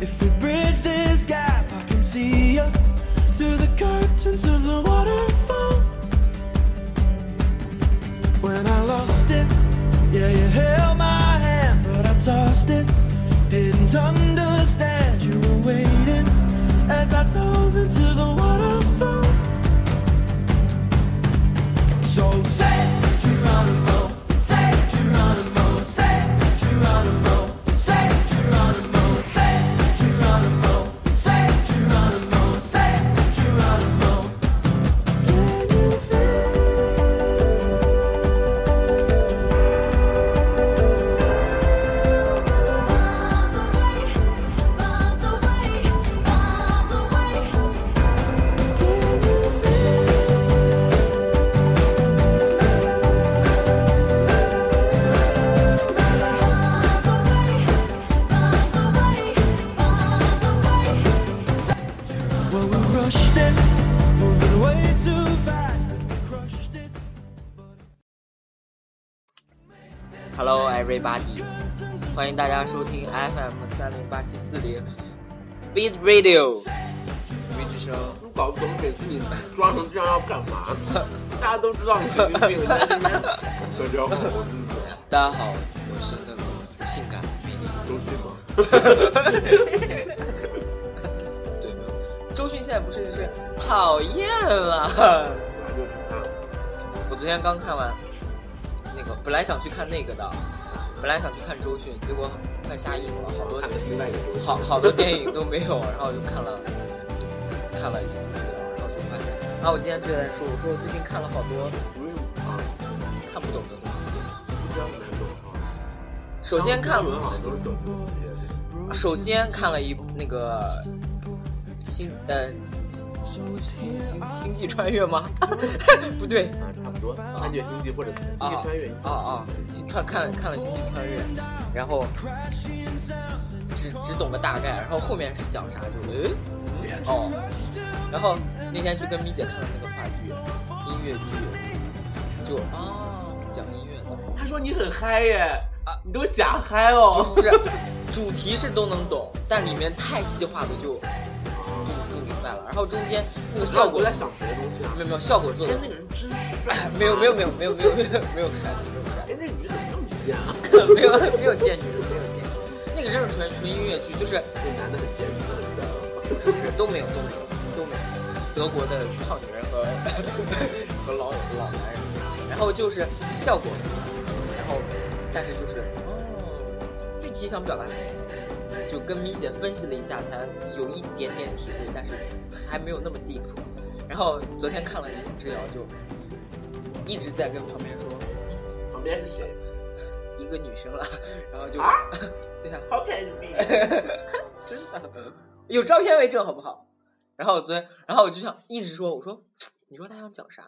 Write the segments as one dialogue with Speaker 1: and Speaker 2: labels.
Speaker 1: If we bridge this gap, I can see you through the curtains of the waterfall. When I lost it, yeah, you held my hand, but I tossed it. Didn't understand you were waiting as I dove into the waterfall. So say Geronimo, say Geronimo, say Geronimo, say Geronimo, say Geronimo, say Geronimo, say Geronimo. Can you feel? Well, we rushed it, moving way too fast, and we crushed it.
Speaker 2: Hello everybody，欢迎大家收听 FM 三零八七四零 Speed Radio
Speaker 3: 没吱声。我搞不懂每次你装成这样要干嘛？大家都知道你神经病，在那边可着火，我真的
Speaker 2: 大家好，我是那个性感美丽。
Speaker 3: 周迅吗？
Speaker 2: 对，没有。周迅现在不是是讨厌了。
Speaker 3: 本来就主看
Speaker 2: 我昨天刚看完那个，本来想去看那个的，本来想去看周迅，结果快下映了，好多
Speaker 3: 看的另外一个周迅
Speaker 2: 好好多电影都没有，然后就看了看了一部，然后就发现啊，我今天就在说，我说我最近看了好多
Speaker 3: 不用啊，
Speaker 2: 看不懂的东西。
Speaker 3: 不知道哪种啊。
Speaker 2: 首先看
Speaker 3: 中，文好像都是懂东西，
Speaker 2: 首先看了一部那个星呃星星星星际穿越吗？ 不对，
Speaker 3: 反正差不多。穿越星际或者星际穿越，
Speaker 2: 啊啊！星穿看看了《星际穿越》，然后只只懂个大概，然后后面是讲啥就诶嗯哦，然后那天去跟米姐看了那个话剧，音乐剧，就哦讲音乐的，
Speaker 3: 他说你很嗨耶
Speaker 2: 啊，
Speaker 3: 你都假嗨哦。
Speaker 2: 不是主题是都能懂，但里面太细化的就不不明白了，然后中间那个效
Speaker 3: 效
Speaker 2: 果
Speaker 3: 果在想别的东西啊
Speaker 2: 没。有没有效果做
Speaker 3: 哎
Speaker 2: 的，，
Speaker 3: 那个人真帅
Speaker 2: 没有没有没有没有没有没有没有帅没有帅。
Speaker 3: 哎，那个女的怎么那么贱啊？
Speaker 2: 没有没有见识，没有见识。那个真是纯纯音乐剧，就是
Speaker 3: 那男的很贱，女的很帅啊。
Speaker 2: 都没有都没有都没有德国的胖女人和 和老老男人，然后就是效果，然后但是就是哦，具体想表达什么，就跟米姐分析了一下，才有一点点体会，但是还没有那么 deep。然后昨天看了《一步之遥》，就一直在跟旁边说
Speaker 3: 旁边是谁
Speaker 2: 一个女生了，然后就、
Speaker 3: 啊
Speaker 2: 对呀、
Speaker 3: ？How can it be？
Speaker 2: 真的有照片为证，好不好？然后我昨天，然后我就想一直说，我说，你说他想讲啥？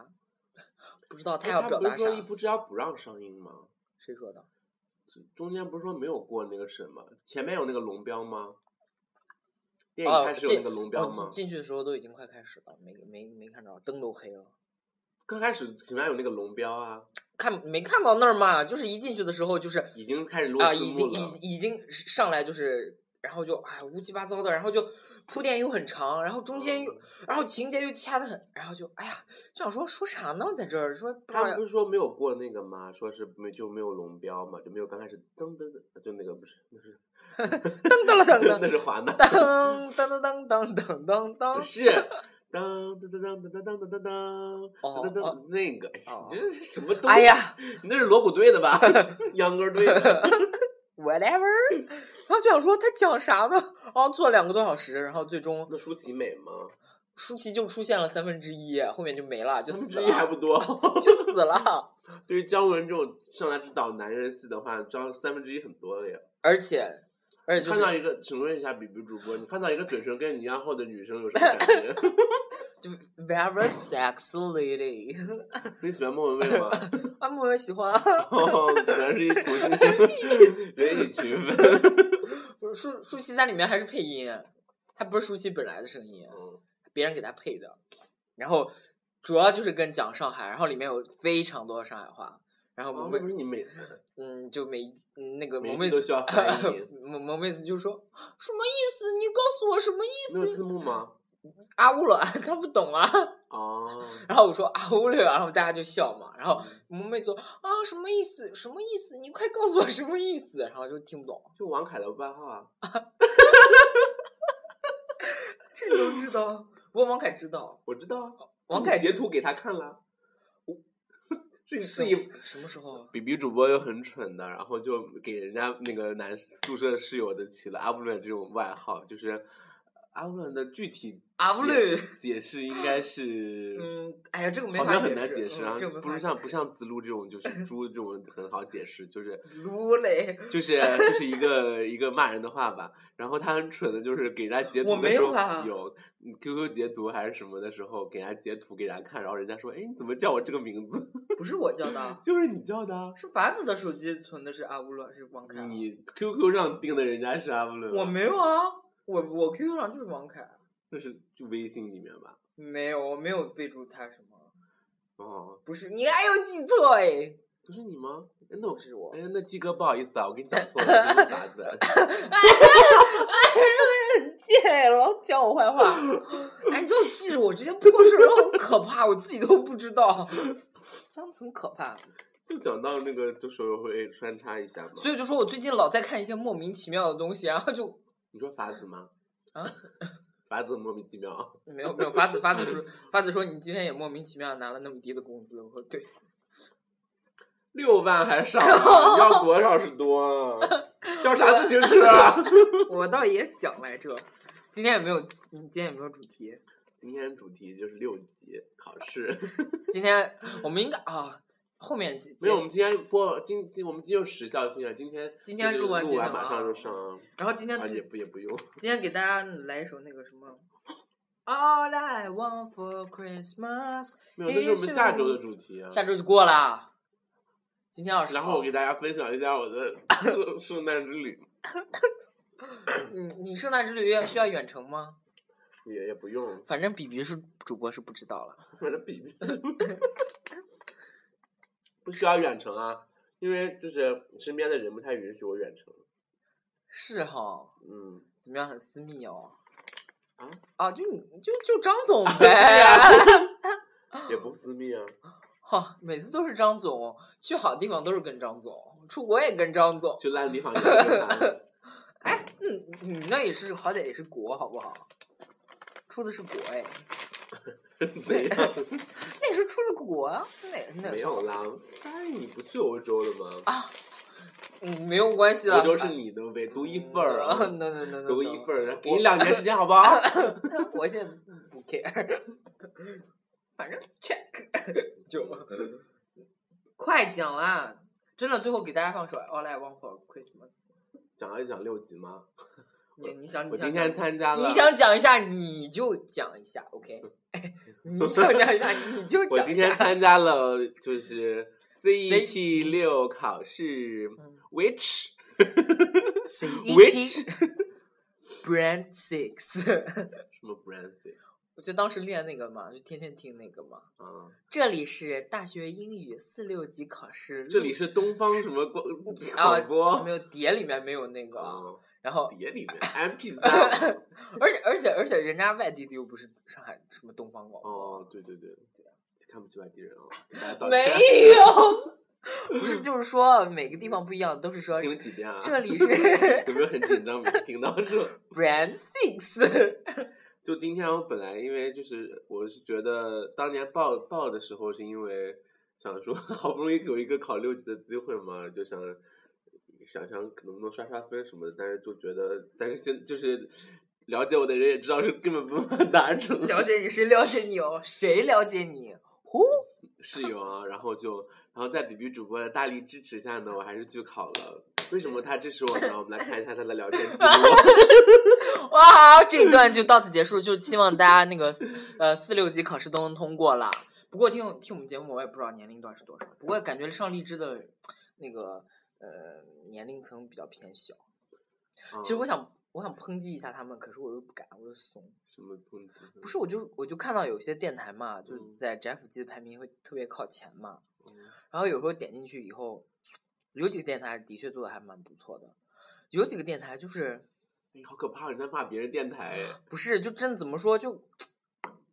Speaker 2: 不知道他
Speaker 3: 哎
Speaker 2: 要
Speaker 3: 他
Speaker 2: 表
Speaker 3: 不
Speaker 2: 达
Speaker 3: 是
Speaker 2: 啥
Speaker 3: 说？一步之遥不让上映吗？
Speaker 2: 谁说的？
Speaker 3: 中间不是说没有过那个审吗？前面有那个龙标吗？电影
Speaker 2: 哦，
Speaker 3: 开始有
Speaker 2: 进
Speaker 3: 那个龙标
Speaker 2: 哦
Speaker 3: 吗
Speaker 2: 进？进去的时候都已经快开始了，没没没看着，灯都黑了，
Speaker 3: 刚开始前面有那个龙标啊，
Speaker 2: 看没看到那儿嘛？就是一进去的时候就是
Speaker 3: 已经开始录
Speaker 2: 啊，
Speaker 3: 字
Speaker 2: 已
Speaker 3: 幕
Speaker 2: 经
Speaker 3: 了
Speaker 2: 已。已经上来就是。然后就哎乌七八糟的，然后就铺垫又很长，然后中间
Speaker 3: 嗯
Speaker 2: 又，然后情节又掐的很，然后就哎呀，就想说说啥呢，在这儿说不知
Speaker 3: 他
Speaker 2: 道要
Speaker 3: 们不是说没有过那个吗？说是没就没有龙标嘛，就没有刚开始噔噔噔，就那个不是那是
Speaker 2: 噔噔了噔噔
Speaker 3: 那是华纳，
Speaker 2: 当当当当当当
Speaker 3: 不
Speaker 2: 当，
Speaker 3: 是噔噔噔噔噔噔噔噔噔
Speaker 2: 哦
Speaker 3: 噔噔
Speaker 2: 哦
Speaker 3: 那个，
Speaker 2: 哦
Speaker 3: 你这是什么东 西？
Speaker 2: 哎，呀
Speaker 3: 你那是锣鼓队的 吧？秧歌队的。
Speaker 2: ，whatever，然后就想说他讲啥呢？然后做两个多小时，然后最终
Speaker 3: 那舒淇美吗？
Speaker 2: 舒淇就出现了三分之一，后面就没了， 就啊
Speaker 3: 他们
Speaker 2: 死
Speaker 3: 之一还
Speaker 2: 了，
Speaker 3: 不多。
Speaker 2: 就死 了。
Speaker 3: 对于姜文这种上来指导男人戏的话，张三分之一很多了呀。
Speaker 2: 而且，而且就
Speaker 3: 看到
Speaker 2: 是
Speaker 3: 一个，请问一下比比主播，你看到一个嘴唇跟你一样厚的女生有什么感觉？
Speaker 2: 就 very sexy lady，
Speaker 3: 你喜欢莫文蔚吗？
Speaker 2: 啊，莫人喜欢啊。
Speaker 3: 哦，果然是一同性人以群分。
Speaker 2: 不是舒舒淇在里面还是配音，还不是舒淇本来的声音。
Speaker 3: 嗯
Speaker 2: 别人给他配的。然后主要就是跟讲上海，然后里面有非常多的上海话，然后
Speaker 3: 啊
Speaker 2: 萌
Speaker 3: 为
Speaker 2: 妹
Speaker 3: 什么你每
Speaker 2: 嗯，就每嗯那个
Speaker 3: 每
Speaker 2: 萌
Speaker 3: 句
Speaker 2: 妹
Speaker 3: 都
Speaker 2: 子
Speaker 3: 需要翻 译？
Speaker 2: 萌萌妹子就说什么意思？你告诉我什么意
Speaker 3: 没有
Speaker 2: 思？
Speaker 3: 字幕吗？
Speaker 2: 啊乌了， 他不懂啊。
Speaker 3: 哦，
Speaker 2: 然后我说啊乌了，然后大家就笑嘛。然后萌妹子说啊什么意思？什么意思？你快告诉我什么意思？然后就听不懂。
Speaker 3: 就王凯的外号啊。
Speaker 2: 这你都知 道？不过王凯知道，
Speaker 3: 我知道啊，
Speaker 2: 王
Speaker 3: 你
Speaker 2: 凯
Speaker 3: 截
Speaker 2: 知
Speaker 3: 图给他看了。 是
Speaker 2: 什
Speaker 3: 是一
Speaker 2: 什么时候啊？
Speaker 3: 比比主播又很蠢的，然后就给人家那个男宿舍室友的起了阿布伦这种外号，就是阿布伦的具体
Speaker 2: 啊乌了。
Speaker 3: 解释应该是，
Speaker 2: 嗯，哎呀，这个没
Speaker 3: 好
Speaker 2: 法
Speaker 3: 像很难
Speaker 2: 解
Speaker 3: 解释啊
Speaker 2: 嗯、这个，没
Speaker 3: 不是
Speaker 2: 法
Speaker 3: 像不像子路这种，就是 猪这种很好解释，就是
Speaker 2: 撸嘞，
Speaker 3: 就是就是一个一个骂人的话吧。然后他很蠢的，就是给人家截
Speaker 2: 我
Speaker 3: 图的
Speaker 2: 没
Speaker 3: 时
Speaker 2: 有啊
Speaker 3: 候
Speaker 2: 吧
Speaker 3: 有嗯 QQ 截图还是什么的时候，给人家截图给人家看，然后人家说：“哎，你怎么叫我这个名字？，
Speaker 2: 不是我叫的啊
Speaker 3: 就是你叫的啊。
Speaker 2: 是法子的手机存的是阿乌了，是王凯啊。
Speaker 3: 你 QQ 上定的人家是阿布伦，
Speaker 2: 我没有啊，我我 QQ 上就是王凯，
Speaker 3: 那是就微信里面吧？
Speaker 2: 没有，我没有备注他什么，
Speaker 3: 哦，
Speaker 2: 不是你还有记错 哎，
Speaker 3: 不是你吗？哎那我
Speaker 2: 不是我
Speaker 3: 哎，呀，那鸡哥不好意思啊，我跟你讲 错了，这是法子。
Speaker 2: 很贱，老讲我坏话， 哎，你就记着我这些破事儿都很可怕，我自己都不知 道，真的很可怕。
Speaker 3: 就讲到那个，就说会穿插一下嘛。
Speaker 2: 所以我就说我最近老在看一些莫名其妙的东西，然后就
Speaker 3: 你说法子吗？
Speaker 2: 啊，
Speaker 3: 法子莫名其妙。
Speaker 2: 没有没有，法子法子说法子说你今天也莫名其妙地拿了那么低的工资，我说对，
Speaker 3: 六万还 少、啊，要多少是多、啊？要啥自行车、啊？
Speaker 2: 我倒也想来着。今天也没有，嗯今天也没有主题。
Speaker 3: 今天主题就是六级考试，
Speaker 2: 今天我们应该啊，后面几
Speaker 3: 没有，我们今天播，今今我们今天有时效性啊，今天
Speaker 2: 今天
Speaker 3: 就是
Speaker 2: 录
Speaker 3: 录
Speaker 2: 完今天
Speaker 3: 完马上就
Speaker 2: 啊
Speaker 3: 上啊，
Speaker 2: 然后今天
Speaker 3: 啊也
Speaker 2: 今
Speaker 3: 不也不用，
Speaker 2: 天给大家来一首那个什么。All I want for Christmas，
Speaker 3: 没有，这是我们下周的主题啊。
Speaker 2: 下周就过啦。今天二十号，
Speaker 3: 然后我给大家分享一下我 的圣圣诞之旅，
Speaker 2: 你嗯你圣诞之旅要需要远程吗？
Speaker 3: 也也不用，
Speaker 2: 反正比比是主播是不知道了。
Speaker 3: 反正比比 不需要远程啊，因为就是身边的人不太允许我远程。
Speaker 2: 是哈，
Speaker 3: 嗯，
Speaker 2: 怎么样？很私密哦。
Speaker 3: 啊
Speaker 2: 啊，就你就就张 总
Speaker 3: 对
Speaker 2: 呗。
Speaker 3: 也不私密啊。
Speaker 2: 哈，每次都是张总，去好地方都是跟张总，出国也跟张总。
Speaker 3: 去烂地方也不 用拿
Speaker 2: 哎，嗯，你那也是好歹也是国好不好？出的是国哎，
Speaker 3: 怎样？
Speaker 2: 那也是出的国啊，那那
Speaker 3: 没有啦。但是你不去欧洲的吗？
Speaker 2: 嗯没有关系了。
Speaker 3: 欧洲是你的呗，独一份儿 啊，
Speaker 2: 嗯 no no no no，
Speaker 3: 独一份
Speaker 2: no
Speaker 3: 儿，给你两年时间好不 好？
Speaker 2: 我现在嗯不 care，反正 check 就快讲啦！真的，最后给大家放首《All I Want for Christmas》。
Speaker 3: 讲一讲六级吗？
Speaker 2: 你你想，你
Speaker 3: 我
Speaker 2: 想
Speaker 3: 今天
Speaker 2: 讲
Speaker 3: 参加了
Speaker 2: 你。想讲一下你就讲一下，OK？你想讲一下你 就
Speaker 3: 我
Speaker 2: 讲
Speaker 3: 今
Speaker 2: 一
Speaker 3: 天
Speaker 2: 下。
Speaker 3: 参加了就是 CET 六考试
Speaker 2: 嗯
Speaker 3: ，which
Speaker 2: C
Speaker 3: which
Speaker 2: Brand Six，
Speaker 3: 什么 Brandy
Speaker 2: 我就当时练那个嘛，就天天听那个嘛。
Speaker 3: 啊？
Speaker 2: 这里是大学英语四六级考试录，
Speaker 3: 这里是东方什 么广
Speaker 2: 啊
Speaker 3: 广播
Speaker 2: 没有碟里面没有那个，
Speaker 3: 啊？
Speaker 2: 然后
Speaker 3: 碟里面 MP 三
Speaker 2: 而且而且而且人家外地的又不是上海什么东方广播，
Speaker 3: 哦，对对对，看不起外地人哦，给大家道歉。
Speaker 2: 没有，不 是就是说每个地方不一样，都是说
Speaker 3: 听了几遍啊？
Speaker 2: 这里是
Speaker 3: 有没有很紧张？没听到说。
Speaker 2: Brand Six，
Speaker 3: 就今天我本来因为就是我是觉得当年报报的时候是因为想说 好不容易有一个考六级的机会嘛，就想想想能不能刷刷分什么的，但是就觉得，但是现就是了解我的人也知道是根本无法达成
Speaker 2: 了解你谁了解你哦？谁了解你？呼，
Speaker 3: 室友啊，然后就然后在比比主播的大力支持下呢，我还是去考了。为什么他支持我呢？我们来看一下他的聊天记录。
Speaker 2: 哇，这一段就到此结束，就希望大家那个呃四六级考试都能通过啦。不过听听我们节目，我也不知道年龄段是多少，不过感觉上荔枝的那个呃年龄层比较偏小。 其实我
Speaker 3: 啊
Speaker 2: 想，我想抨击一下他们，可是我又不敢，我又怂。
Speaker 3: 什么抨击？
Speaker 2: 不是，我就我就看到有些电台嘛，就是
Speaker 3: 嗯
Speaker 2: 在 Jeff 机的排名会特别靠前嘛。然后有时候点进去以后，有几个电台的确做的还蛮不错的，有几个电台就是
Speaker 3: 哎好可 怕！你在骂别人电台，
Speaker 2: 不是就真怎么说就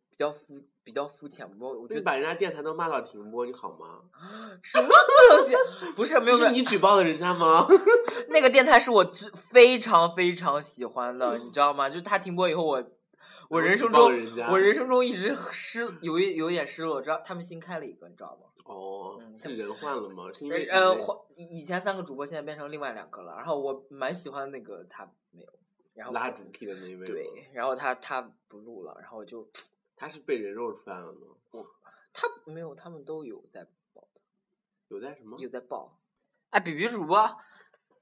Speaker 2: 比较肤比较肤浅。我我觉
Speaker 3: 就
Speaker 2: 得
Speaker 3: 把人家电台都骂到停播，你好吗？
Speaker 2: 什么东西不是没有
Speaker 3: 不
Speaker 2: 没有
Speaker 3: 是你举报了人 家吗？
Speaker 2: 那个电台是我最非常非常喜欢的，你知道吗？就是它停播以后我，我
Speaker 3: 我
Speaker 2: 人生
Speaker 3: 举报
Speaker 2: 中
Speaker 3: 了人家
Speaker 2: 我人生中一直失有一有一点失落，知道他们新开了一个，你知道吗？
Speaker 3: 哦
Speaker 2: 嗯，
Speaker 3: 是人换了吗？是因为
Speaker 2: 呃，
Speaker 3: 你
Speaker 2: 换以以前三个主播现在变成另外两个了，然后我蛮喜欢那个他没有，然后
Speaker 3: 拉主 key 的那一位吗，
Speaker 2: 对，然后他他不录了，然后我就
Speaker 3: 他是被人肉翻了吗？
Speaker 2: 他没有，他们都有在报的，
Speaker 3: 有在什么？
Speaker 2: 有在报。哎，比比主播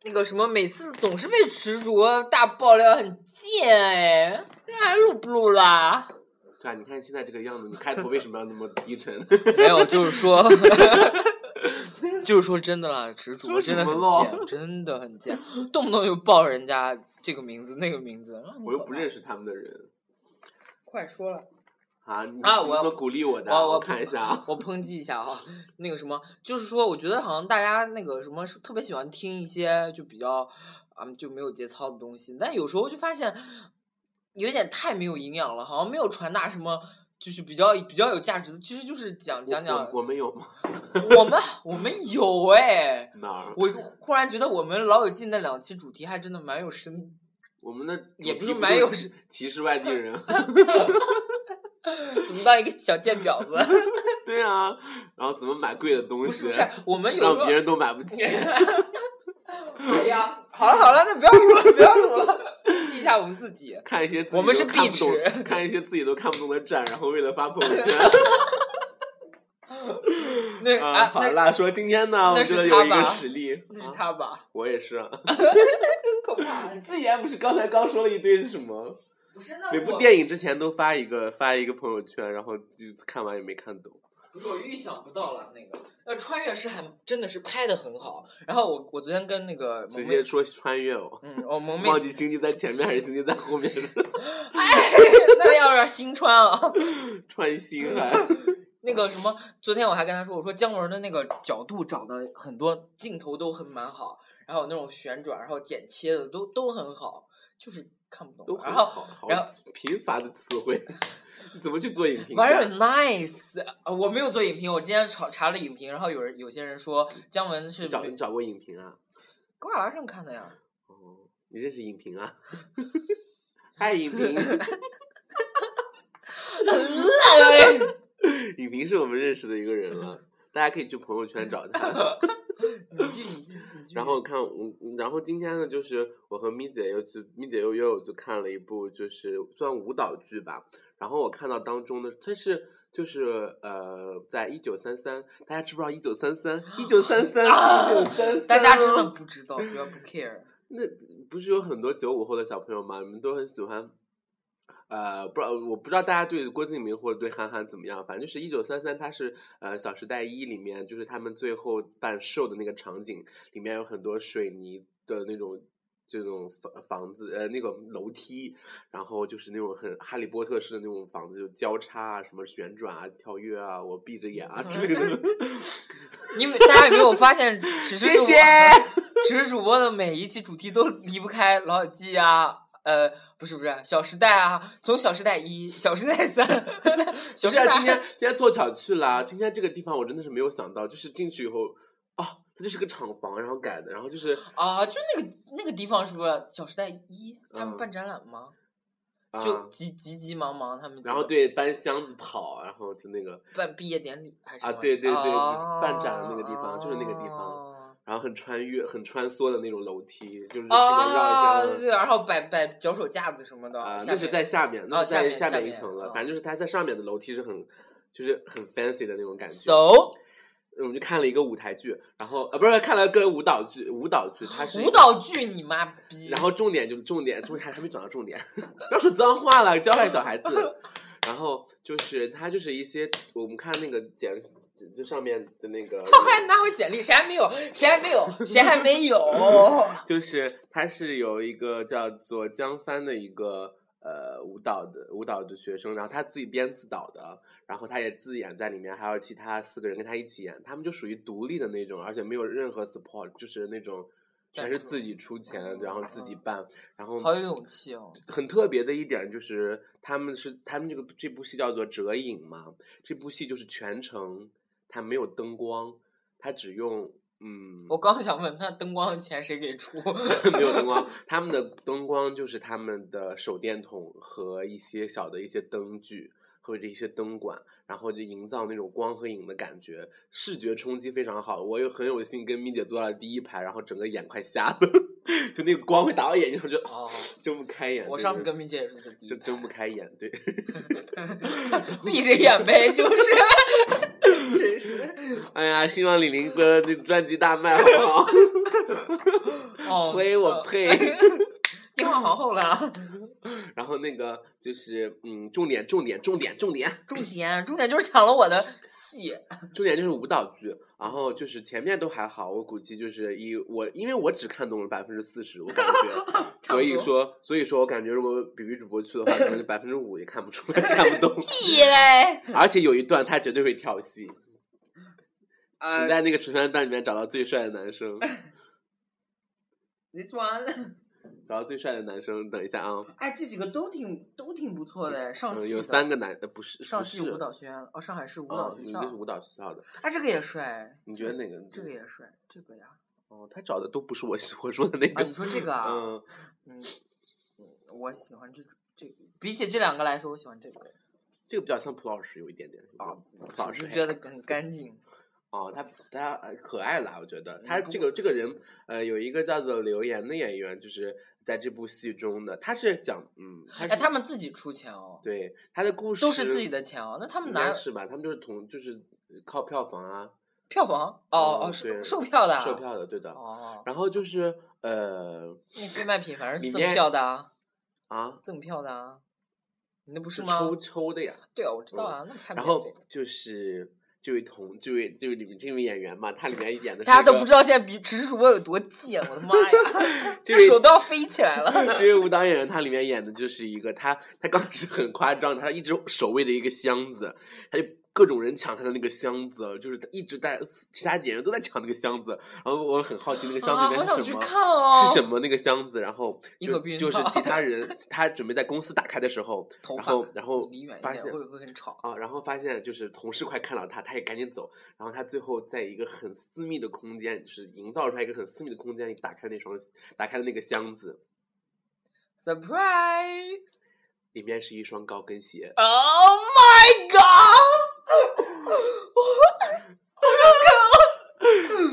Speaker 2: 那个什么，每次总是被池主播大爆料，很贱哎，这还录不录啦？
Speaker 3: 对啊，你看现在这个样子，你开头为什么要那么低沉？
Speaker 2: 没有，就是说， 就是说真的啦，直主
Speaker 3: 说
Speaker 2: 真的
Speaker 3: 什
Speaker 2: 很
Speaker 3: 么
Speaker 2: 贱，真的很贱，动不动就报人家这个名字那个名字，嗯
Speaker 3: 我又不。
Speaker 2: 很可
Speaker 3: 认
Speaker 2: 怕
Speaker 3: 识他们的人
Speaker 2: 快说了，
Speaker 3: 啊！你
Speaker 2: 啊
Speaker 3: 你
Speaker 2: 我
Speaker 3: 怎么鼓励我的？
Speaker 2: 我我
Speaker 3: 看一下啊。
Speaker 2: 我抨击一下哈，那个什么，就是说，我觉得好像大家那个什么是特别喜欢听一些就比较，嗯，就没有节操的东西，但有时候就发现有点太没有营养了，好像没有传达什么。就是比较比较有价值的，其实就是讲 讲讲
Speaker 3: 我我我们有吗？
Speaker 2: 我们我们有哎、
Speaker 3: 哪儿？
Speaker 2: 我忽然觉得我们《老友记》那两期主题还真的蛮有深，
Speaker 3: 我们的
Speaker 2: 也不
Speaker 3: 主
Speaker 2: 是
Speaker 3: 题
Speaker 2: 蛮有
Speaker 3: 都歧歧视外地人。啊
Speaker 2: 怎么当一个小贱婊 子？
Speaker 3: 对啊，然后怎么买贵的东西？
Speaker 2: 不是不是，我们有时
Speaker 3: 让
Speaker 2: 候
Speaker 3: 别人都 买不起。
Speaker 2: 哎呀， 好了好了，那不要录了，不要录 了，记一下我们自己。
Speaker 3: 看一些自己
Speaker 2: 我们
Speaker 3: 都
Speaker 2: 是
Speaker 3: 看
Speaker 2: 壁
Speaker 3: 不懂
Speaker 2: 纸
Speaker 3: 看一些自己都看不懂的展，然后为了发朋 友圈。
Speaker 2: 那
Speaker 3: 啊，
Speaker 2: 啊，
Speaker 3: 好
Speaker 2: 那
Speaker 3: 啦，说今天呢，我
Speaker 2: 那
Speaker 3: 们
Speaker 2: 是
Speaker 3: 觉得
Speaker 2: 他
Speaker 3: 有一个
Speaker 2: 吧
Speaker 3: 实力，
Speaker 2: 那是
Speaker 3: 啊
Speaker 2: 他吧？
Speaker 3: 我也是啊。
Speaker 2: 真可怕！
Speaker 3: 自己还不是刚才刚说了一堆是什么？
Speaker 2: 不是那
Speaker 3: 每部电影之前都发一个发一个朋友圈，然后就看完也没看懂。
Speaker 2: 我预想不到了那个。呃，穿越是还真的是拍的很好。然后我我昨天跟那个萌
Speaker 3: 直
Speaker 2: 妹
Speaker 3: 接，说穿越哦，
Speaker 2: 嗯，我萌妹
Speaker 3: 忘记星际在前面还是星际在 后面了，
Speaker 2: 那要让新穿啊。
Speaker 3: 穿心啊还
Speaker 2: 那个什么，昨天我还跟他说，我说姜文的那个角度找的很多镜头都很蛮好，然后有那种旋转，然后剪切的都都很好，就是看不懂。
Speaker 3: 都很
Speaker 2: 然后
Speaker 3: 好，好
Speaker 2: 然后
Speaker 3: 贫乏的词 汇，你怎么去做影评价？
Speaker 2: very nice，呃我没有做影评，我今天查查了影评，然后有人有些人说姜文是
Speaker 3: 你找
Speaker 2: 没
Speaker 3: 你找过影评啊？
Speaker 2: 高瓦拉上看的 呀，
Speaker 3: 哦，你认识影评啊？嗨，影评，影评是我们认识的一个人了，大家可以去朋友圈找他。
Speaker 2: 你记你记你记。
Speaker 3: 然后看我，然后今天呢，就是我和咪姐又去，咪姐又约我去看了一部，就是算舞蹈剧吧。然后我看到当中的，它是就是呃，在一九三三，大家知不知道一九三三？一九三三，一九三三，
Speaker 2: 啊大家真的不知道，不要不 care。
Speaker 3: 那不是有很多九五后的小朋友吗？你们都很喜欢。呃，不知道，我不知道大家对郭敬明或者对韩寒怎么样，反正就是一九三三，他是呃《小时代一》里面，就是他们最后办 show 的那个场景，里面有很多水泥的那种这种房房子，呃，那个楼梯，然后就是那种很哈利波特式的那种房子，就交叉啊，什么旋转啊、跳跃啊，我闭着眼啊之类的。
Speaker 2: 你们大家有没有发现，只是主
Speaker 3: 谢
Speaker 2: 播
Speaker 3: 谢。
Speaker 2: 只是主播的每一期主题都离不开《老友记》啊，呃，不是不是，《小时代》啊，从《小时代一》《小时代三》 《小时
Speaker 3: 不是
Speaker 2: 代
Speaker 3: 啊，今天今天凑巧去了，今天这个地方我真的是没有想到，就是进去以后啊，它就是个厂房，然后改的，然后就是
Speaker 2: 啊，就那个那个地方是不是《小时代一》？他们
Speaker 3: 嗯
Speaker 2: 办展览吗？
Speaker 3: 啊，
Speaker 2: 就急急急忙忙他们几个
Speaker 3: 然后对搬箱子跑，然后就那个，
Speaker 2: 办毕业典礼还是
Speaker 3: 啊
Speaker 2: 什么
Speaker 3: 对对对
Speaker 2: 啊
Speaker 3: 办展的那个地方就是那个地方。然后很穿越、很穿梭的那种楼梯，就是这边
Speaker 2: 啊，
Speaker 3: 绕
Speaker 2: 对
Speaker 3: 一
Speaker 2: 对，
Speaker 3: 下。
Speaker 2: 然后摆摆脚手架子什么的，
Speaker 3: 啊，
Speaker 2: 下
Speaker 3: 那是
Speaker 2: 面
Speaker 3: 在下面，那
Speaker 2: 哦
Speaker 3: 是
Speaker 2: 下
Speaker 3: 在
Speaker 2: 面下
Speaker 3: 面一
Speaker 2: 面
Speaker 3: 层了。
Speaker 2: 嗯
Speaker 3: 反正就是它在上面的楼梯是很，就是很 fancy 的那种感觉。
Speaker 2: so
Speaker 3: 我们就看了一个舞台剧，然后呃，不是看了个舞蹈剧，舞蹈剧它是一
Speaker 2: 舞
Speaker 3: 个
Speaker 2: 蹈剧，你妈逼！
Speaker 3: 然后重点就是重点，重点还还没讲到重点， 不要说脏话了，教坏小 孩子。然后就是他就是一些我们看那个简，就上面的那个，
Speaker 2: 快拿回简历，谁还没有？谁还没有？谁还 没有？
Speaker 3: 就是他是有一个叫做江帆的一个呃舞蹈的舞蹈的学生，然后他自己编自导的，然后他也自演在里面，还有其他四个人跟他一起演，他们就属于独立的那种，而且没有任何 support，就是那种全是自己出钱，然后自己办，然后
Speaker 2: 哦好有勇气哦！
Speaker 3: 很特别的一点就是，他们是他们这个这部戏叫做《折影》嘛，这部戏就是全程它没有灯光，它只用嗯，
Speaker 2: 我刚想问，那灯光的钱谁给出？
Speaker 3: 没有灯光，他们的灯光就是他们的手电筒和一些小的一些灯具或者一些灯管，然后就营造那种光和影的感觉，视觉冲击非常好。我有很有幸跟咪姐坐到了第一排，然后整个眼快瞎了， 就那个光会打到眼睛上，就、
Speaker 2: 哦
Speaker 3: 睁不开眼。
Speaker 2: 我
Speaker 3: 就
Speaker 2: 上次
Speaker 3: 是
Speaker 2: 跟明姐也是在第一
Speaker 3: 就
Speaker 2: 排
Speaker 3: 睁不开眼，对。
Speaker 2: 闭着眼呗， 就是。真是
Speaker 3: 哎呀，希望李宁哥的专辑大卖，好不好？
Speaker 2: 哦，
Speaker 3: 呸我呸！
Speaker 2: 电话皇后了，啊
Speaker 3: 然后那个就是，嗯，重点，重点，重点，重点，
Speaker 2: 重点重点就是抢了我的戏，
Speaker 3: 重点就是舞蹈剧。然后就是前面都还好，我估计就是以我，因为我只看懂了百分之四十，我感觉，
Speaker 2: 差不
Speaker 3: 所以
Speaker 2: 多
Speaker 3: 说，所以说我感觉如果比比主播去的话，可能百分之五也看不出 来，看不懂。
Speaker 2: 屁 嘞！
Speaker 3: 而且有一段他绝对会跳戏，请
Speaker 2: 啊
Speaker 3: 在那个成全单里面找到最帅的 男生，
Speaker 2: ，this one，
Speaker 3: 找到最帅的男生。等一下啊、
Speaker 2: 哎，这几个都挺都挺不错的，上戏
Speaker 3: 嗯，
Speaker 2: 的
Speaker 3: 有三个男，呃，不是，
Speaker 2: 上
Speaker 3: 不
Speaker 2: 戏
Speaker 3: 是
Speaker 2: 舞蹈学院，哦，上海市舞
Speaker 3: 哦
Speaker 2: 蹈学
Speaker 3: 你
Speaker 2: 校
Speaker 3: 那，是嗯舞蹈学校的，
Speaker 2: 啊，这个也帅，
Speaker 3: 你觉得哪个？
Speaker 2: 这个也帅，这个呀，
Speaker 3: 哦，他找的都不是我 我说的那
Speaker 2: 啊，
Speaker 3: 个
Speaker 2: 你。说这个啊，
Speaker 3: 嗯，
Speaker 2: 嗯，嗯我喜欢这这个，比起这两个来说，我喜欢这个
Speaker 3: 这个比较像蒲老师有一点点
Speaker 2: 啊，
Speaker 3: 蒲老师
Speaker 2: 就觉得很干净。
Speaker 3: 哦，他他呃可爱啦，我觉得
Speaker 2: 嗯
Speaker 3: 他
Speaker 2: 不
Speaker 3: 这个这个人呃有一个叫做刘岩的演员，就是在这部戏中的，他是讲嗯，他
Speaker 2: 哎，
Speaker 3: 是
Speaker 2: 他们自己出钱哦，
Speaker 3: 对他的故事
Speaker 2: 都是自己的钱哦，那他们
Speaker 3: 应
Speaker 2: 哪
Speaker 3: 该
Speaker 2: 有
Speaker 3: 是吧？他们就是同就是靠票房啊，
Speaker 2: 票房？哦哦，
Speaker 3: 嗯
Speaker 2: 售
Speaker 3: 对
Speaker 2: 售票的啊，
Speaker 3: 售票的，对的。
Speaker 2: 哦，
Speaker 3: 然后就是呃
Speaker 2: 那非卖品反正
Speaker 3: 里
Speaker 2: 是赠
Speaker 3: 面
Speaker 2: 票的啊，
Speaker 3: 啊，
Speaker 2: 赠票的啊，你那不是
Speaker 3: 是
Speaker 2: 吗？
Speaker 3: 抽抽的呀。
Speaker 2: 对啊，我知道啊，那还
Speaker 3: 然
Speaker 2: 免
Speaker 3: 后
Speaker 2: 费的
Speaker 3: 就是这位同这位这位里面这位演员嘛，他里面演的是
Speaker 2: 大家
Speaker 3: 一
Speaker 2: 都
Speaker 3: 个
Speaker 2: 不知道现在比只是主播有多贱，我的妈呀
Speaker 3: ，这
Speaker 2: 这
Speaker 3: 位
Speaker 2: 手都要飞起来了。
Speaker 3: 这位舞蹈演员，他里面演的就是一个他，他刚开始很夸张，他一直守卫着一个箱子，他就各种人抢他的那个箱子，就是他一直在其他演员都在抢那个箱子，然后我很好奇那个箱子
Speaker 2: 啊，
Speaker 3: 里
Speaker 2: 好
Speaker 3: 面
Speaker 2: 想
Speaker 3: 是什
Speaker 2: 去
Speaker 3: 么。
Speaker 2: 看哦！
Speaker 3: 是什么那个箱子？然后
Speaker 2: 一
Speaker 3: 就
Speaker 2: 个避孕
Speaker 3: 就是
Speaker 2: 套
Speaker 3: 其他人，他准备在公司打开的时候，
Speaker 2: 头
Speaker 3: 然
Speaker 2: 发
Speaker 3: 后然后
Speaker 2: 离远一
Speaker 3: 发
Speaker 2: 点
Speaker 3: 现
Speaker 2: 会会很吵。
Speaker 3: 啊，然后发现就是同事快看到他，他也赶紧走，然后他最后在一个很私密的空间，就是营造出来一个很私密的空间，打开那双打开了那个箱子，
Speaker 2: Surprise!
Speaker 3: 里面是一双高跟鞋。
Speaker 2: Oh my god!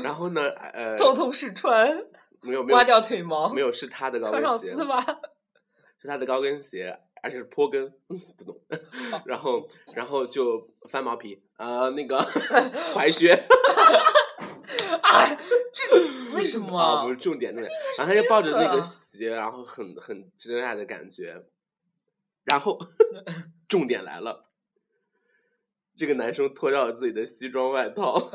Speaker 3: 然后呢，呃，
Speaker 2: 偷偷试穿，
Speaker 3: 没有没有
Speaker 2: 刮掉腿毛，
Speaker 3: 没有是他的高
Speaker 2: 穿上
Speaker 3: 跟鞋，
Speaker 2: 丝袜。
Speaker 3: 是他的高跟鞋，而且是坡跟，嗯不懂。
Speaker 2: 哦
Speaker 3: 然后然后就翻毛皮啊、呃那个 踝靴
Speaker 2: 哎， 这为什
Speaker 3: 啊，
Speaker 2: 么
Speaker 3: 不是？重点重点。然后他就抱着那个
Speaker 2: 黑
Speaker 3: 鞋，然后很很真爱的感觉。然 后重点来了，这个男生脱掉了自己的西装外 套，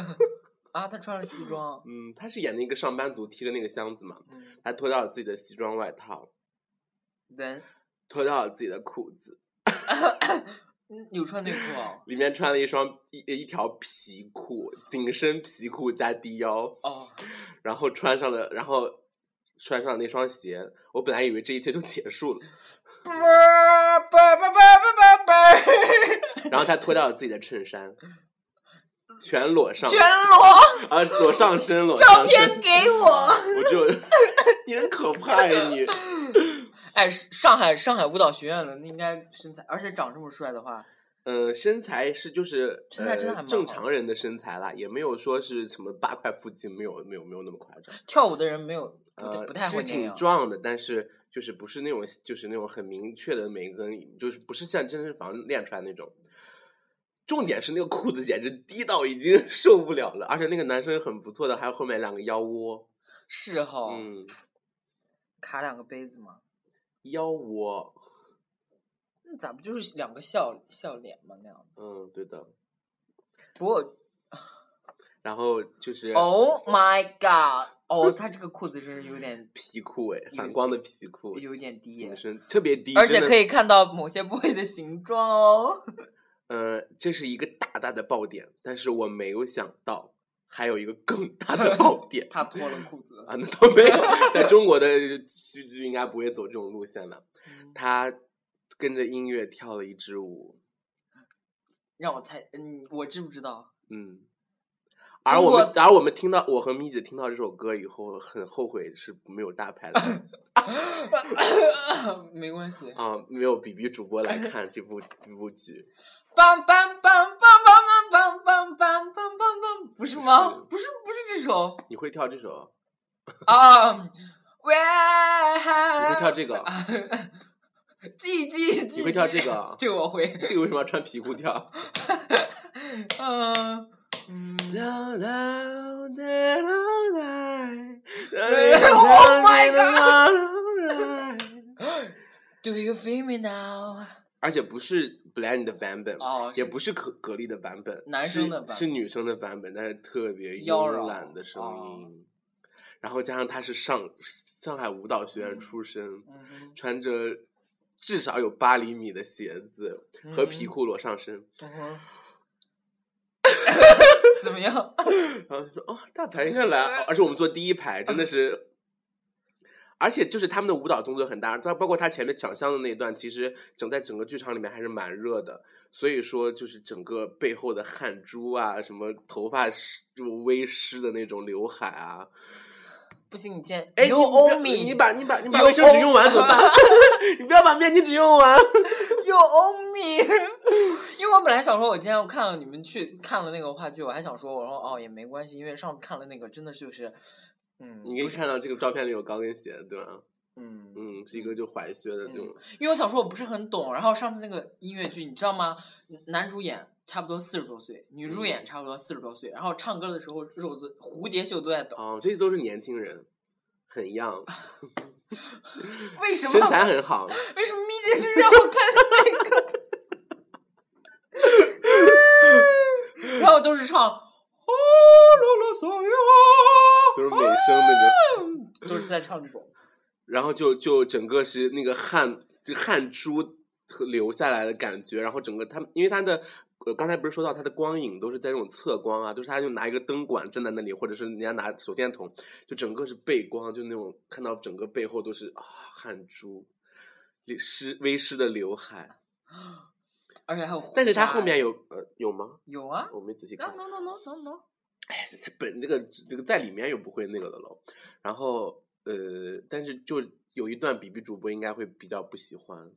Speaker 2: 啊，他穿了西装。
Speaker 3: 嗯，他是演的一个上班族提着那个箱子嘛，
Speaker 2: 嗯，
Speaker 3: 他脱掉了自己的西装外套，
Speaker 2: 人
Speaker 3: 脱掉了自己的裤子，
Speaker 2: 嗯有穿内裤哦。
Speaker 3: 里面穿了一双一一条皮裤，紧身皮裤加低腰，
Speaker 2: 哦，
Speaker 3: 然后穿上了，然后穿上了那双鞋。我本来以为这一切就结束了，
Speaker 2: 啵儿啵儿啵儿啵儿啵儿啵儿，
Speaker 3: 然后他脱掉了自己的衬衫，全裸
Speaker 2: 嗯
Speaker 3: 上，
Speaker 2: 全裸，
Speaker 3: 啊，裸上身，裸
Speaker 2: 照
Speaker 3: 上
Speaker 2: 片
Speaker 3: 身，
Speaker 2: 给我。
Speaker 3: 我就你很可怕呀你。
Speaker 2: 哎，上海上海舞蹈学院的那应该身材，而且长这么帅的话，
Speaker 3: 嗯，身材是就是
Speaker 2: 身材真的还
Speaker 3: 呃
Speaker 2: 蛮好
Speaker 3: 正常人的身材啦，也没有说是什么八块腹肌，没有没有没有那么夸张。
Speaker 2: 跳舞的人没有不太
Speaker 3: 呃
Speaker 2: 不太
Speaker 3: 是
Speaker 2: 会那
Speaker 3: 挺
Speaker 2: 样。
Speaker 3: 壮的，但是就是不是那种就是那种很明确的每根，就是不是像健身房练出来那种。重点是那个裤子简直低到已经 受不了了，而且那个男生很不错的，还有后面两个腰窝，
Speaker 2: 是哈，
Speaker 3: 嗯，
Speaker 2: 卡两个杯子吗？
Speaker 3: 腰窝，
Speaker 2: 那咋不就是两个笑笑脸吗？那样。
Speaker 3: 嗯，对的。
Speaker 2: 不过
Speaker 3: 然后就是。
Speaker 2: Oh my god！哦，
Speaker 3: 嗯
Speaker 2: 他这个裤子真是有点
Speaker 3: 皮裤哎，反光的皮裤，
Speaker 2: 有点低耶
Speaker 3: 紧，身特别低，
Speaker 2: 而且
Speaker 3: 真的
Speaker 2: 可以看到某些部位的形状哦。
Speaker 3: 呃，这是一个大大的爆点，但是我没有想到还有一个更 大的爆点
Speaker 2: 他脱了裤子，
Speaker 3: 啊，那倒没有，在中国的剧剧应该不会走这种路线了。
Speaker 2: 嗯
Speaker 3: 他跟着音乐跳了一支舞，
Speaker 2: 让我猜，嗯，我知不知道？
Speaker 3: 嗯。而
Speaker 2: 中
Speaker 3: 我们
Speaker 2: 国，
Speaker 3: 而我们听到，我和咪姐听到这首歌以后，很后悔是没有大牌来
Speaker 2: 没关系。
Speaker 3: 啊，没有 B B 主播来看这部这部剧。
Speaker 2: 梆梆梆梆梆梆梆梆梆梆梆梆，不是吗
Speaker 3: 是？
Speaker 2: 不是，不是这首
Speaker 3: 你会跳这首？
Speaker 2: 啊。喂，你
Speaker 3: 你会跳这个？
Speaker 2: 啊记记记，
Speaker 3: 你会跳这
Speaker 2: 记
Speaker 3: 个 啊
Speaker 2: 这个我会。
Speaker 3: 这个为什么要穿皮 裤跳？
Speaker 2: 嗯嗯
Speaker 3: Down, down, down, down, down,
Speaker 2: Oh my
Speaker 3: down, down, down.
Speaker 2: ，Do you feel me now？
Speaker 3: 而且不是 Blend 的版本，
Speaker 2: 哦，
Speaker 3: 也
Speaker 2: 是
Speaker 3: 不是可格力的版本，
Speaker 2: 男生的版本
Speaker 3: 是是女生的版本，但是特别
Speaker 2: 妖娆哦
Speaker 3: 慵懒的声音。然后加上她是上上海舞蹈学院出身，
Speaker 2: 嗯
Speaker 3: 穿着至少有八厘米的鞋子
Speaker 2: 哼
Speaker 3: 和皮，裤裸上身，
Speaker 2: 嗯哼嗯哼怎么样？
Speaker 3: 然后就说哦，大牌应该来，啊而且我们坐第一排，真的是，而且就是他们的舞蹈动作很大，包包括他前面抢香的那一段，其实整在整个剧场里面还是蛮热的，所以说就是整个背后的汗珠啊，什么头发湿就微湿的那种刘海啊，
Speaker 2: 不行，你先
Speaker 3: 哎，
Speaker 2: ，You
Speaker 3: 你不
Speaker 2: owe
Speaker 3: 要
Speaker 2: me，
Speaker 3: 你把你把你把
Speaker 2: You
Speaker 3: 卫生纸
Speaker 2: owe-
Speaker 3: 用完怎么办？ 你不要把面巾纸用完，
Speaker 2: You owe me，因为我本来想说，我今天看了你们去看了那个话剧，我还想说，我说哦也没关系，因为上次看了那个真的是就是，嗯，
Speaker 3: 你可以看到这个照片里有高跟鞋，对吧？
Speaker 2: 嗯，
Speaker 3: 嗯，是一个就踝靴的那种，
Speaker 2: 因为我想说我不是很懂，然后上次那个音乐剧你知道吗？男主演差不多四十多岁，女主
Speaker 3: 嗯
Speaker 2: 演差不多四十多岁，然后唱歌的时候肉都蝴蝶袖都在抖，
Speaker 3: 哦，这些都是年轻人，很 young。
Speaker 2: 为什
Speaker 3: 身
Speaker 2: 么？
Speaker 3: 材很啊好，
Speaker 2: 为什么咪姐是让我看那个？ 然后都是唱哦噜噜嗦哟，
Speaker 3: 都是美声那种，
Speaker 2: 都是在唱这种。
Speaker 3: 然后就就整个是那个汗，就汗珠和流下来的感觉，然后整个他，因为他的。呃，刚才不是说到他的光影都是在那种侧光啊，就是他就拿一个灯管站在那里，或者是人家拿手电筒，就整个是背光，就那种看到整个背后都是啊汗珠，流湿微湿的刘海。
Speaker 2: 而且还有胡渣，
Speaker 3: 但是他后面有呃有吗？
Speaker 2: 有啊
Speaker 3: 我没仔细
Speaker 2: ，no
Speaker 3: 看。
Speaker 2: no no no no no，
Speaker 3: 哎，它本这个这个在里面又不会那个的喽。然后呃，但是就有一段比比主播应该会比较不喜欢，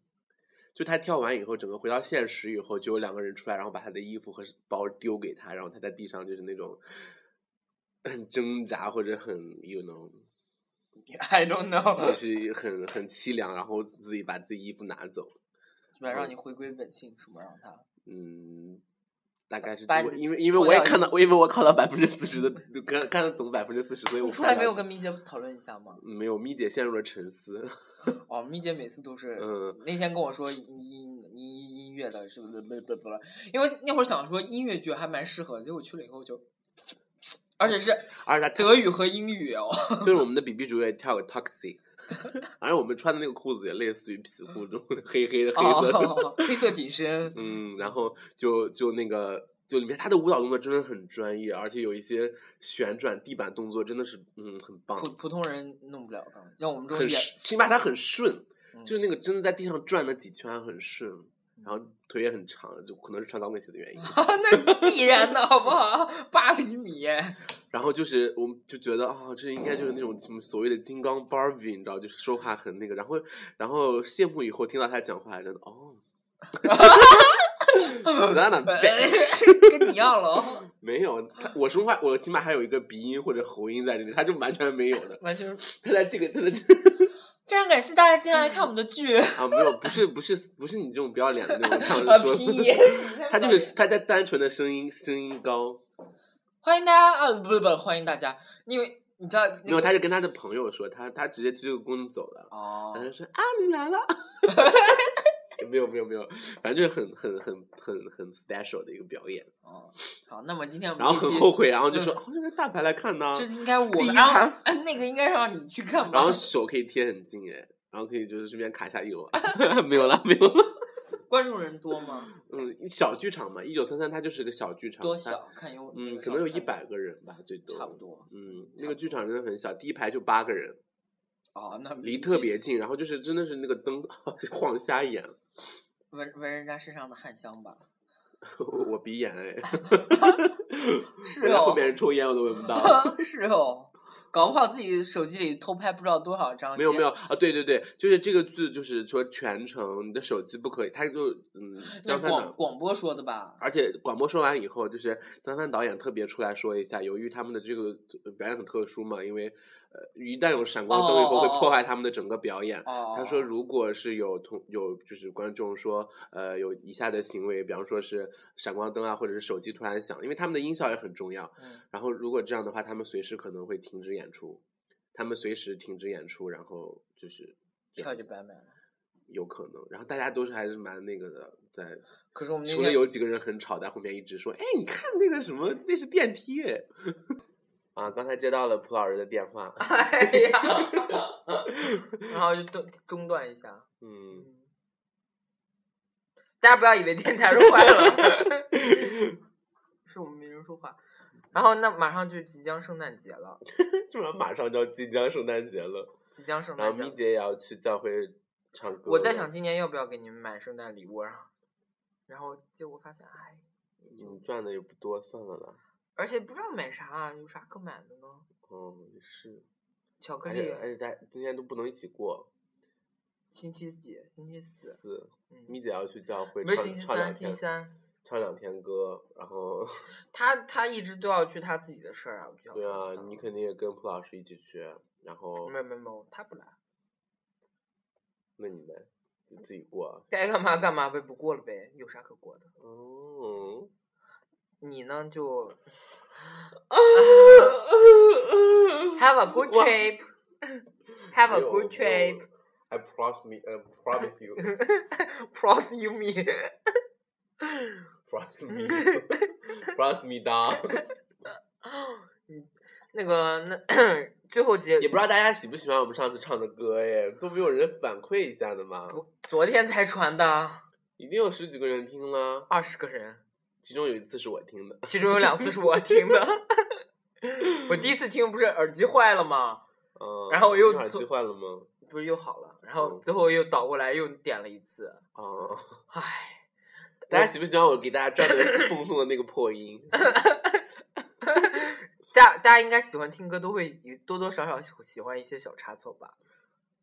Speaker 3: 就他跳完以后，整个回到现实以后，就有两个人出来，然后把他的衣服和包丢给他，然后他在地上就是那种很挣扎或者很 you know。
Speaker 2: I don't
Speaker 3: 就
Speaker 2: know，
Speaker 3: 是很很凄凉，然后自己把自己衣服拿走，
Speaker 2: 是吧？让你回归本性，什么让他
Speaker 3: 嗯，大概是
Speaker 2: 把
Speaker 3: 这个
Speaker 2: 你
Speaker 3: 因为因为
Speaker 2: 脱
Speaker 3: 我也
Speaker 2: 掉衣
Speaker 3: 看到，我因为我看到百分之四十的，看看得懂百分之四十，所以我
Speaker 2: 你出
Speaker 3: 不
Speaker 2: 来
Speaker 3: 嗯太
Speaker 2: 没有
Speaker 3: 了解
Speaker 2: 跟咪姐讨论一下吗？
Speaker 3: 没有，咪姐陷入了沉思。
Speaker 2: 哦，咪姐每次都是，
Speaker 3: 嗯
Speaker 2: 那天跟我说音音音音乐的，是不是不不不，因为那会儿想说音乐剧还蛮适合的，结果去了以后就，而且是
Speaker 3: 而且她
Speaker 2: 德语和英语哦，
Speaker 3: 就是我们的 BB 主也跳个 Toxic，而且 我们穿的那个裤子也类似于皮裤，这种黑黑 的黑色 的。
Speaker 2: 哦、黑色紧身，
Speaker 3: 嗯，然后就就那个就里面他的舞蹈动作真的很专业，而且有一些旋转地板动作真的是嗯很棒
Speaker 2: 普，普通人弄不了的，像我们这种
Speaker 3: 很
Speaker 2: 演，
Speaker 3: 顺起码他很顺，
Speaker 2: 嗯
Speaker 3: 就是那个真的在地上转了几圈很顺，然后腿也很长，就可能是穿高跟鞋 的原因。
Speaker 2: 那是必然的，好不好？八厘米，
Speaker 3: 然后就是，我们就觉得啊、这应该就是那种什么所谓的金刚 Barbie，你知道，就是说话很那个。然后，然后谢幕以后听到他讲话，真的哦，Banana bitch，
Speaker 2: 跟你一样了哦，
Speaker 3: 没有他，我说话我起码还有一个鼻音或者喉音在这里，他就 完全没有的。
Speaker 2: 完全是。
Speaker 3: 他在这个，他在这个
Speaker 2: 非常感谢大家今天来看我们的剧，
Speaker 3: 啊，没有，不是不是不是你这种不要脸的那种唱
Speaker 2: 啊
Speaker 3: 着说，
Speaker 2: 屁
Speaker 3: 他就是他在单纯的声音声音高，
Speaker 2: 欢迎大家啊，不不不，欢迎大家，因为你知道
Speaker 3: 没
Speaker 2: 那
Speaker 3: 有，
Speaker 2: 个
Speaker 3: 他是跟他的朋友说，他他直接鞠个躬走了。
Speaker 2: 哦
Speaker 3: 然后说啊，你来了， 没有没有没有，反正就是很很很很很 special 的一个表演，
Speaker 2: 哦，好，那么今天我们
Speaker 3: 然后
Speaker 2: 这
Speaker 3: 很
Speaker 2: 期
Speaker 3: 后悔，然后就说
Speaker 2: 嗯
Speaker 3: 哦，这个大牌来看呢，
Speaker 2: 这应该我
Speaker 3: 第一
Speaker 2: 然后
Speaker 3: 盘
Speaker 2: 哎那个应该让你去看吧。
Speaker 3: 然后手可以贴很近哎，然后可以就是顺便卡一下油， 没有了没有了，
Speaker 2: 观众人多吗？
Speaker 3: 嗯，小剧场嘛，一九三三它就是个小剧场，
Speaker 2: 多
Speaker 3: 它
Speaker 2: 小？看有那
Speaker 3: 嗯，
Speaker 2: 个
Speaker 3: 可能有
Speaker 2: 小
Speaker 3: 一
Speaker 2: 剧场
Speaker 3: 百个人吧，最多，
Speaker 2: 差不。多。
Speaker 3: 嗯，
Speaker 2: 差
Speaker 3: 那
Speaker 2: 不
Speaker 3: 个剧场真的很小，第一排就八个人，
Speaker 2: 哦，那
Speaker 3: 离特别近，然后就是真的是那个灯 晃瞎眼，
Speaker 2: 闻闻人家身上的汗香吧。
Speaker 3: 我鼻炎哎，
Speaker 2: 是
Speaker 3: 嗯人家后
Speaker 2: 哦，
Speaker 3: 面人抽烟我都闻不到。
Speaker 2: 是哦，搞不好自己手机里偷拍不知道多少张。
Speaker 3: 没有没有，啊，对对对，就是这个字，就是说全程你的手机不可以，他就嗯，
Speaker 2: 那
Speaker 3: 张帆
Speaker 2: 广
Speaker 3: 导，
Speaker 2: 广播说的吧？
Speaker 3: 而且广播说完以后，就是张帆导演特别出来说一下，由于他们的这个呃表演很特殊嘛，因为呃一旦有闪光灯以后
Speaker 2: 哦
Speaker 3: 会
Speaker 2: 哦哦
Speaker 3: 破坏他们的整个表演，
Speaker 2: 哦，
Speaker 3: 他说，如果是有同有就是观众说，呃，有以下的行为，比方说是闪光灯啊，或者是手机突然响，因为他们的音效也很重要。
Speaker 2: 嗯
Speaker 3: 然后如果这样的话，他们随时可能会停止演出，他们随时停止演出，然后就是这
Speaker 2: 票
Speaker 3: 样
Speaker 2: 就
Speaker 3: 子
Speaker 2: 白买了。
Speaker 3: 有可能。然后大家都是还是蛮那个的，在
Speaker 2: 可是我们那
Speaker 3: 除了
Speaker 2: 天
Speaker 3: 有几个人很吵，在后面一直说，哎，你看那个什么，那是电梯 哎。啊，刚才接到了蒲老师的电话，
Speaker 2: 哎呀， 然后就中中断一下。
Speaker 3: 嗯。
Speaker 2: 大家不要以为电台是坏了， 是我们没人说话。然后那马上就即将圣诞节了，
Speaker 3: 这么马上就要即将圣诞节了，
Speaker 2: 即将圣
Speaker 3: 然后
Speaker 2: 诞节
Speaker 3: 咪
Speaker 2: 了。
Speaker 3: 啊姐也呃要去教会唱歌了。
Speaker 2: 我在想今年要不要给你们买圣诞礼物，然后然后结果发现，哎，
Speaker 3: 你赚的也不多，算了啦。
Speaker 2: 而且不知道买啥，啊有啥可买的呢？
Speaker 3: 哦，也是，
Speaker 2: 巧克
Speaker 3: 而
Speaker 2: 力
Speaker 3: 且，而且大家今天都不能一起过。
Speaker 2: 星期几？星期四，
Speaker 3: 四，咪
Speaker 2: 嗯，
Speaker 3: 姐要去教会
Speaker 2: 不是
Speaker 3: 唱
Speaker 2: 星期
Speaker 3: 唱两
Speaker 2: 三，星期
Speaker 3: 天，
Speaker 2: 三。
Speaker 3: 唱两天歌，然后
Speaker 2: 他他一直都要去他自己的事儿啊，我就要
Speaker 3: 对
Speaker 2: 说
Speaker 3: 啊
Speaker 2: 算，
Speaker 3: 你
Speaker 2: 了
Speaker 3: 肯定也跟蒲老师一起去，然后
Speaker 2: 没有没有没有，他不来，
Speaker 3: 那你呢？你自己过啊。
Speaker 2: 该干嘛干嘛呗，不过了呗，有啥可过的？
Speaker 3: 哦，
Speaker 2: 你呢 就 have
Speaker 3: Have
Speaker 2: a good trip, have a good trip,
Speaker 3: I promise me, I promise you,
Speaker 2: promise you me，
Speaker 3: promise me, promise me down。
Speaker 2: 嗯那个那 最后结
Speaker 3: 也不知道大家喜不喜欢我们上次唱的歌哎，都没有人反馈一下的嘛？
Speaker 2: 不昨天才传的，
Speaker 3: 一定有十几个人听了，
Speaker 2: 二十个人，
Speaker 3: 其中有一次是我听的。
Speaker 2: 其中有两次是我听的。 我第一次听不是耳机坏了吗？
Speaker 3: 嗯，
Speaker 2: 然后我又
Speaker 3: 你耳
Speaker 2: 做
Speaker 3: 机坏了吗？
Speaker 2: 不是又好了，然后
Speaker 3: 嗯
Speaker 2: 最后又倒过来又点了一次，
Speaker 3: 哦，
Speaker 2: 唉，
Speaker 3: 大家喜不喜欢我给大家专门 奉送的那个破音？
Speaker 2: 大大家应该喜欢听歌都会有多多少少喜喜欢一些小差错吧？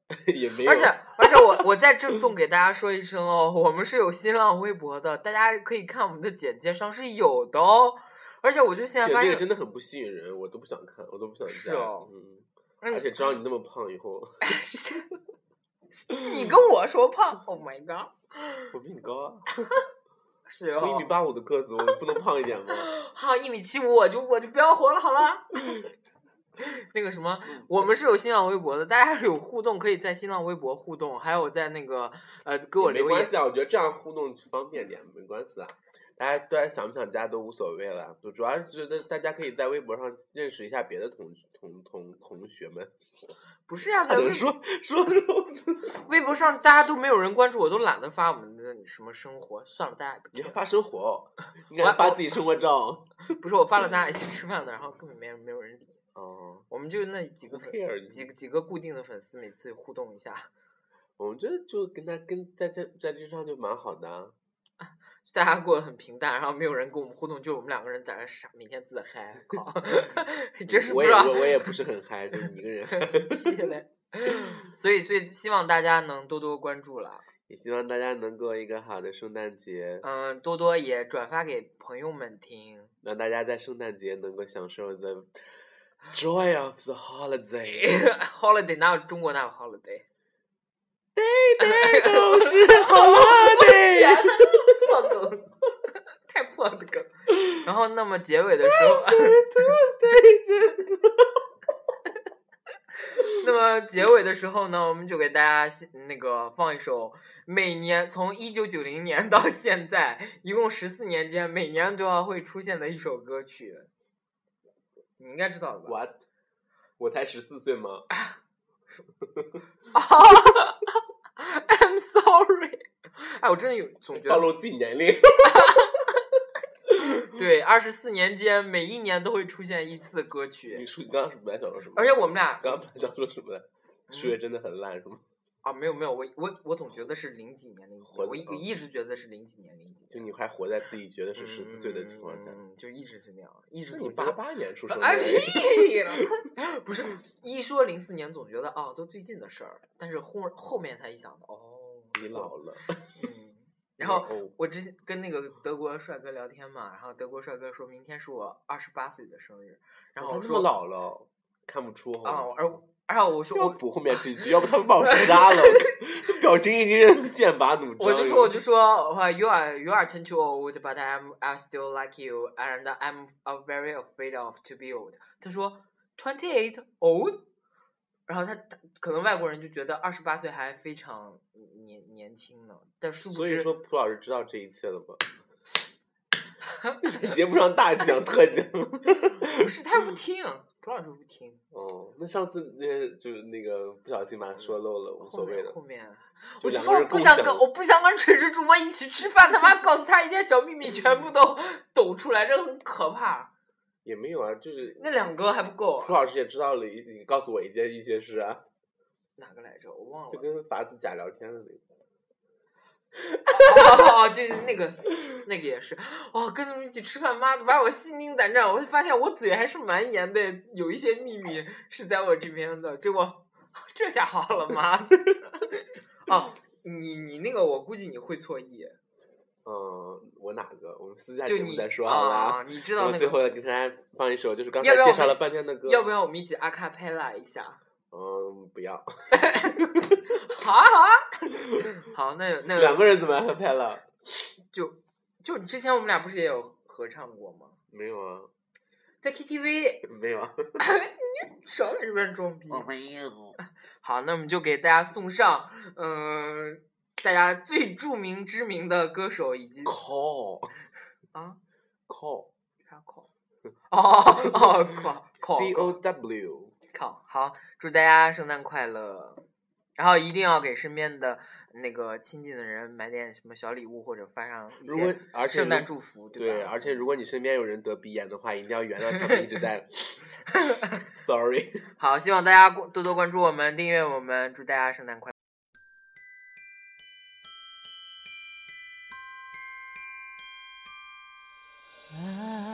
Speaker 3: 也没有。
Speaker 2: 而且而且我我在郑重给大家说一声哦，我们是有新浪微博的，大家可以看我们的简介上是有的哦。而且我就现在
Speaker 3: 写
Speaker 2: 发
Speaker 3: 这
Speaker 2: 现
Speaker 3: 个，真的很不吸引人，我都不想看，我都不想加。
Speaker 2: 是哦
Speaker 3: 嗯。
Speaker 2: 那你
Speaker 3: 而且知道你那么 胖以后，
Speaker 2: 你跟我说胖，Oh my god，
Speaker 3: 我比你高啊，
Speaker 2: 是
Speaker 3: 我一
Speaker 2: 哦
Speaker 3: 米，八五的个子，我不能胖一 点吗？
Speaker 2: 还有一米七五，我就我就不要活了，好 了。那个什么，
Speaker 3: 嗯
Speaker 2: 我们是有新浪微博的，大家有互动可以在新浪微博互动，还有在那个呃给我
Speaker 3: 也
Speaker 2: 留
Speaker 3: 没关
Speaker 2: 言。
Speaker 3: 系啊，我觉得这样互动方便点，没关系啦。大家大家想不想加都无所谓了，主主要是觉得大家可以在微博上认识一下别的同同同同学 们。
Speaker 2: 不是呀、
Speaker 3: 不
Speaker 2: 咱
Speaker 3: 能
Speaker 2: 们
Speaker 3: 说 说说，
Speaker 2: 微博上大家都没有人关注，我都懒得发我们的什么生活，算了，大家也不
Speaker 3: 你
Speaker 2: 知
Speaker 3: 要
Speaker 2: 道。
Speaker 3: 发生活 哦，你
Speaker 2: 我
Speaker 3: 敢发自己生活照？
Speaker 2: 不是我发了，咱俩一起吃饭的，然后根本没人没有人理，
Speaker 3: 哦，
Speaker 2: 我们就那几个
Speaker 3: Who
Speaker 2: 粉
Speaker 3: cares？
Speaker 2: 几个几个固定的粉丝，每次互动一下，
Speaker 3: 我们这就跟他跟在这在这上就蛮好的啊。
Speaker 2: 大家过得很平淡，然后没有人跟我们互动，就我们两个人在那傻，每天自嗨，靠， 真是不
Speaker 3: 我
Speaker 2: 知
Speaker 3: 也
Speaker 2: 道
Speaker 3: 我我也不是很嗨，就你一个人嗨。
Speaker 2: 屁嘞。所以，所以希望大家能多多关注了，
Speaker 3: 也 希望大家能过一个好的圣诞节，
Speaker 2: 嗯，多多也转发给朋友们听。
Speaker 3: 让大家在圣诞节能够享受 the joy of the holiday。
Speaker 2: holiday 哪有中国哪有 holiday？
Speaker 3: 都是 holiday。
Speaker 2: 破梗，太破的梗。然后，那么结尾的时候，那么结尾的时候呢，我们就给大家先那个放一首每年从一九九零年到现在，一共十四年间，每年都要会出现的一首歌曲。你应该知道的吧？
Speaker 3: What？我才十四 岁吗？
Speaker 2: I'm sorry。哎， 我真的有总觉
Speaker 3: 暴
Speaker 2: 得，
Speaker 3: 露自己年龄。
Speaker 2: 对，二十四年间，每一年都会出现一次歌
Speaker 3: 你
Speaker 2: 曲，
Speaker 3: 说你刚刚是本来想说什么？
Speaker 2: 而且我们俩
Speaker 3: 刚刚本来想说什么来？
Speaker 2: 嗯
Speaker 3: 数学真的很烂，是吗？
Speaker 2: 啊，没有没有，我我我总觉得是零几年零几
Speaker 3: 活
Speaker 2: 年，我一
Speaker 3: 嗯
Speaker 2: 一直觉得是零几年零几
Speaker 3: 就
Speaker 2: 年，
Speaker 3: 你还活在自己觉得是十四岁的情况下，
Speaker 2: 嗯，就一直是那样，一直
Speaker 3: 是
Speaker 2: 总
Speaker 3: 你
Speaker 2: 觉
Speaker 3: 八
Speaker 2: 得
Speaker 3: 八年出生的
Speaker 2: 哎
Speaker 3: 人，
Speaker 2: 屁了！ 不是一说零四年，总觉得啊、都最近的事儿，但是后后面才一想到，哦，
Speaker 3: 你老了。
Speaker 2: 嗯。然后
Speaker 3: 哦
Speaker 2: 我之前跟那个德国帅哥聊天嘛，然后德国帅哥说明天是我二十八岁的生日，然后
Speaker 3: 哦他
Speaker 2: 我
Speaker 3: 这么
Speaker 2: 说
Speaker 3: 老了，看不出哈
Speaker 2: 啊，而我然后我
Speaker 3: 不
Speaker 2: 说
Speaker 3: 要
Speaker 2: 我
Speaker 3: 补后面这句，要不他们把我杀 了。表情已经是剑拔弩张。
Speaker 2: 我就说我就说哇，you are you are ten too old, but I'm I still like you, and I'm uh, very afraid of to be old。他说 twenty eight old，然后他他可能外国人就觉得二十八岁还非常年年轻呢，但殊不
Speaker 3: 所以
Speaker 2: 知
Speaker 3: 说蒲老师知道这一切了吗？在节目上大讲特讲。
Speaker 2: 不是他又不
Speaker 3: 嗯
Speaker 2: 听，不老师不听，
Speaker 3: 哦，那上次那就是那个不小心把它说漏了，无所
Speaker 2: 后
Speaker 3: 谓
Speaker 2: 面
Speaker 3: 的。
Speaker 2: 后面。
Speaker 3: 就
Speaker 2: 我就
Speaker 3: 两
Speaker 2: 说
Speaker 3: 个
Speaker 2: 我
Speaker 3: 人
Speaker 2: 不
Speaker 3: 共
Speaker 2: 想
Speaker 3: 享
Speaker 2: 跟我不想跟锤锤主播一起吃饭，他妈告诉他一点小 秘密全部都抖出来，这很可怕。
Speaker 3: 也没有啊，就是
Speaker 2: 那两个还不够啊
Speaker 3: 蒲，老师也知道了一，你告诉我一件一些事啊，
Speaker 2: 哪个来着？我忘了
Speaker 3: 就。跟法子假聊天的那个。
Speaker 2: 哦，对对，那个那个也是，哦，跟他们一起吃饭，妈的，把我心惊胆战。我会发现我嘴还是蛮严的，有一些秘密是在我这边的。结果这下好了，妈的。哦，你你那个，我估计你会错意，
Speaker 3: 嗯，我哪个？我们私下
Speaker 2: 就
Speaker 3: 节目
Speaker 2: 你
Speaker 3: 再说好
Speaker 2: 啊，
Speaker 3: 啦。
Speaker 2: 你知道
Speaker 3: 我
Speaker 2: 那
Speaker 3: 最
Speaker 2: 个。
Speaker 3: 后来给大家放一首，就是刚
Speaker 2: 要
Speaker 3: 才
Speaker 2: 不要
Speaker 3: 介
Speaker 2: 我
Speaker 3: 绍了
Speaker 2: 们
Speaker 3: 半天的歌。
Speaker 2: 要不要我们一起阿卡佩拉一下？
Speaker 3: 嗯，不要。
Speaker 2: 好啊，好啊， 好，那那
Speaker 3: 两个人怎么还拍了？
Speaker 2: 就就之前我们俩不是也有合唱过吗？
Speaker 3: 没有啊，
Speaker 2: 在 KTV
Speaker 3: 没有啊。
Speaker 2: 你少在这边装逼。我没有。好，那我们就给大家送上，嗯、大家最著名知名的歌手以及
Speaker 3: call
Speaker 2: 啊
Speaker 3: call
Speaker 2: 啥 call，哦哦 call
Speaker 3: c o
Speaker 2: call
Speaker 3: w
Speaker 2: call，好，祝大家圣诞快乐。然后一定要给身边的那个亲近的人买点什么小礼物，或者发上一
Speaker 3: 如果
Speaker 2: 些
Speaker 3: 而且
Speaker 2: 圣
Speaker 3: 如
Speaker 2: 诞祝福，
Speaker 3: 对
Speaker 2: 吧？
Speaker 3: 而且如果你身边有人得鼻炎的话，一定要原谅他们一直 在 sorry。
Speaker 2: 好，希望大家多多关注我们，订阅我们，祝大家圣诞快
Speaker 1: I
Speaker 2: 乐。